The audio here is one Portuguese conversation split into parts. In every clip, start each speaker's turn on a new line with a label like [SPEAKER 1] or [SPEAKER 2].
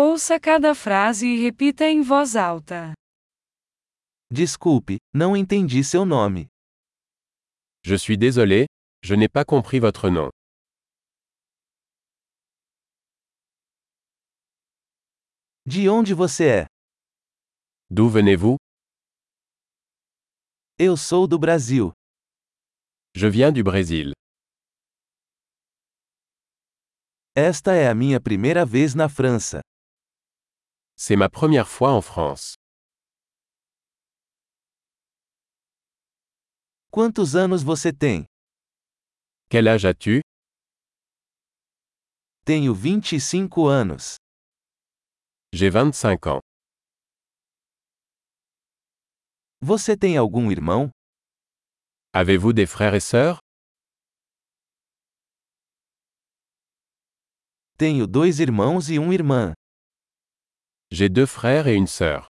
[SPEAKER 1] Ouça cada frase e repita em voz alta.
[SPEAKER 2] Desculpe, não entendi seu nome.
[SPEAKER 3] Je suis désolé, je n'ai pas compris votre nom.
[SPEAKER 2] De onde você é?
[SPEAKER 3] D'où venez-vous
[SPEAKER 2] Eu sou do Brasil.
[SPEAKER 3] Je viens du Brésil.
[SPEAKER 2] Esta é a minha primeira vez na França.
[SPEAKER 3] C'est ma première fois en France.
[SPEAKER 2] Quantos anos você tem?
[SPEAKER 3] Quel âge as-tu
[SPEAKER 2] Tenho 25 anos.
[SPEAKER 3] J'ai 25 ans.
[SPEAKER 2] Você tem algum irmão?
[SPEAKER 3] Avez-vous des frères et sœurs
[SPEAKER 2] Tenho dois irmãos e uma irmã.
[SPEAKER 3] J'ai deux frères et une sœur.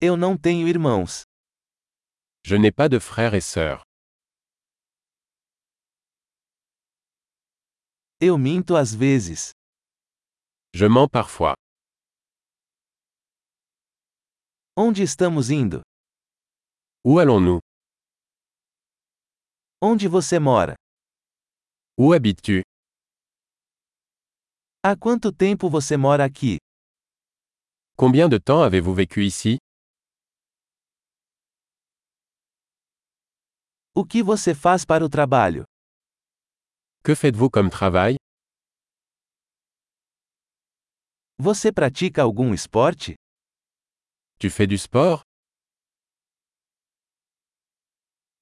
[SPEAKER 2] Eu não tenho irmãos.
[SPEAKER 3] Je n'ai pas de frères et sœurs.
[SPEAKER 2] Eu minto às vezes.
[SPEAKER 3] Je mens parfois.
[SPEAKER 2] Onde estamos indo?
[SPEAKER 3] Où allons-nous
[SPEAKER 2] Onde você mora?
[SPEAKER 3] Où habites-tu
[SPEAKER 2] Há quanto tempo você mora aqui?
[SPEAKER 3] Combien de temps avez-vous vécu ici
[SPEAKER 2] O que você faz para o trabalho?
[SPEAKER 3] Que faites-vous comme travail
[SPEAKER 2] Você pratica algum esporte?
[SPEAKER 3] Tu fais du sport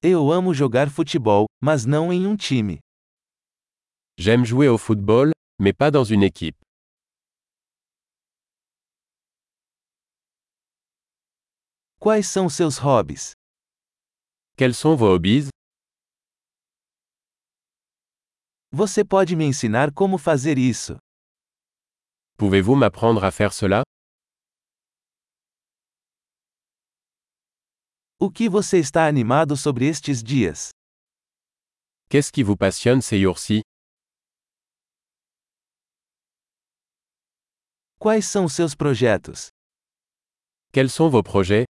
[SPEAKER 2] Eu amo jogar futebol, mas não em um time.
[SPEAKER 3] J'aime jouer au football, mais pas dans une équipe.
[SPEAKER 2] Quais são seus hobbies?
[SPEAKER 3] Quels sont vos hobbies
[SPEAKER 2] Você pode me ensinar como fazer isso?
[SPEAKER 3] Pouvez-vous m'apprendre à faire cela
[SPEAKER 2] O que você está animado sobre estes dias?
[SPEAKER 3] Qu'est-ce qui vous passionne ces jours-ci
[SPEAKER 2] Quais são seus projetos?
[SPEAKER 3] Quels sont vos projets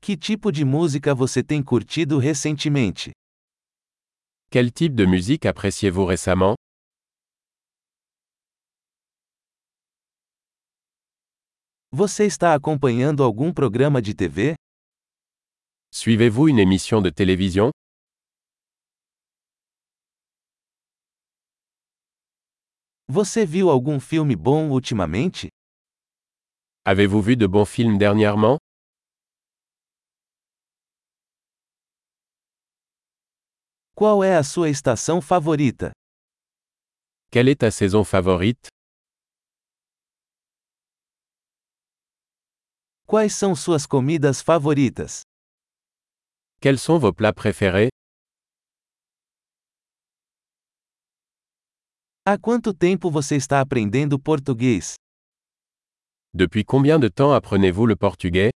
[SPEAKER 2] Que tipo de música você tem curtido recentemente?
[SPEAKER 3] Quel type de musique appréciez-vous récemment
[SPEAKER 2] Você está acompanhando algum programa de TV?
[SPEAKER 3] Suivez-vous une émission de télévision
[SPEAKER 2] Você viu algum filme bom ultimamente?
[SPEAKER 3] Avez-vous vu de bons films dernièrement
[SPEAKER 2] Qual é a sua estação favorita?
[SPEAKER 3] Quelle est ta saison favorite
[SPEAKER 2] Quais são suas comidas favoritas?
[SPEAKER 3] Quels sont vos plats préférés
[SPEAKER 2] Há quanto tempo você está aprendendo português?
[SPEAKER 3] Depuis combien de temps apprenez-vous le portugais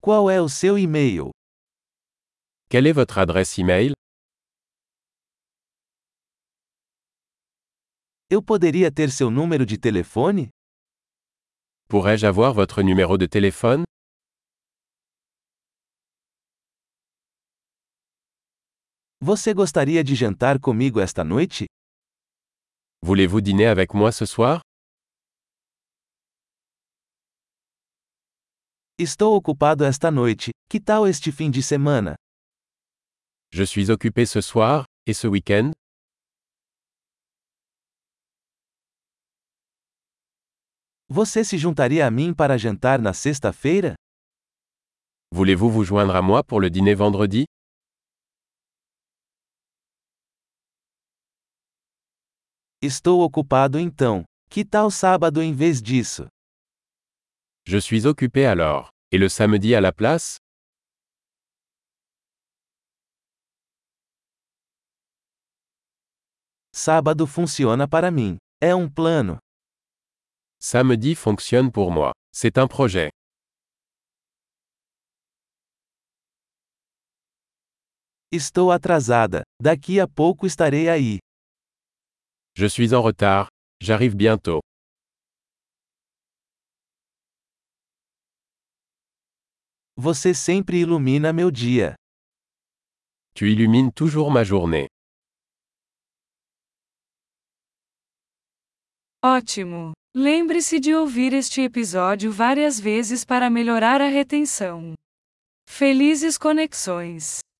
[SPEAKER 2] Qual é o seu e-mail?
[SPEAKER 3] Quelle est votre adresse e-mail
[SPEAKER 2] Eu poderia ter seu número de telefone?
[SPEAKER 3] Pourrais-je avoir votre numéro de téléphone
[SPEAKER 2] Você gostaria de jantar comigo esta noite?
[SPEAKER 3] Voulez-vous dîner avec moi ce soir
[SPEAKER 2] Estou ocupado esta noite. Que tal este fim de semana?
[SPEAKER 3] Je suis occupé ce soir, et ce week-end
[SPEAKER 2] Você se juntaria a mim para jantar na sexta-feira?
[SPEAKER 3] Voulez-vous vous joindre à moi pour le dîner vendredi
[SPEAKER 2] Estou ocupado então. Que tal sábado em vez disso?
[SPEAKER 3] Je suis occupé alors. Et le samedi à la place
[SPEAKER 2] Sábado funciona para mim. É um plano.
[SPEAKER 3] Samedi fonctionne pour moi. C'est un projet.
[SPEAKER 2] Estou atrasada. Daqui a pouco estarei aí.
[SPEAKER 3] Je suis en retard, j'arrive bientôt.
[SPEAKER 2] Você sempre ilumina meu dia.
[SPEAKER 3] Tu illumines toujours ma journée.
[SPEAKER 1] Ótimo! Lembre-se de ouvir este episódio várias vezes para melhorar a retenção. Felizes conexões!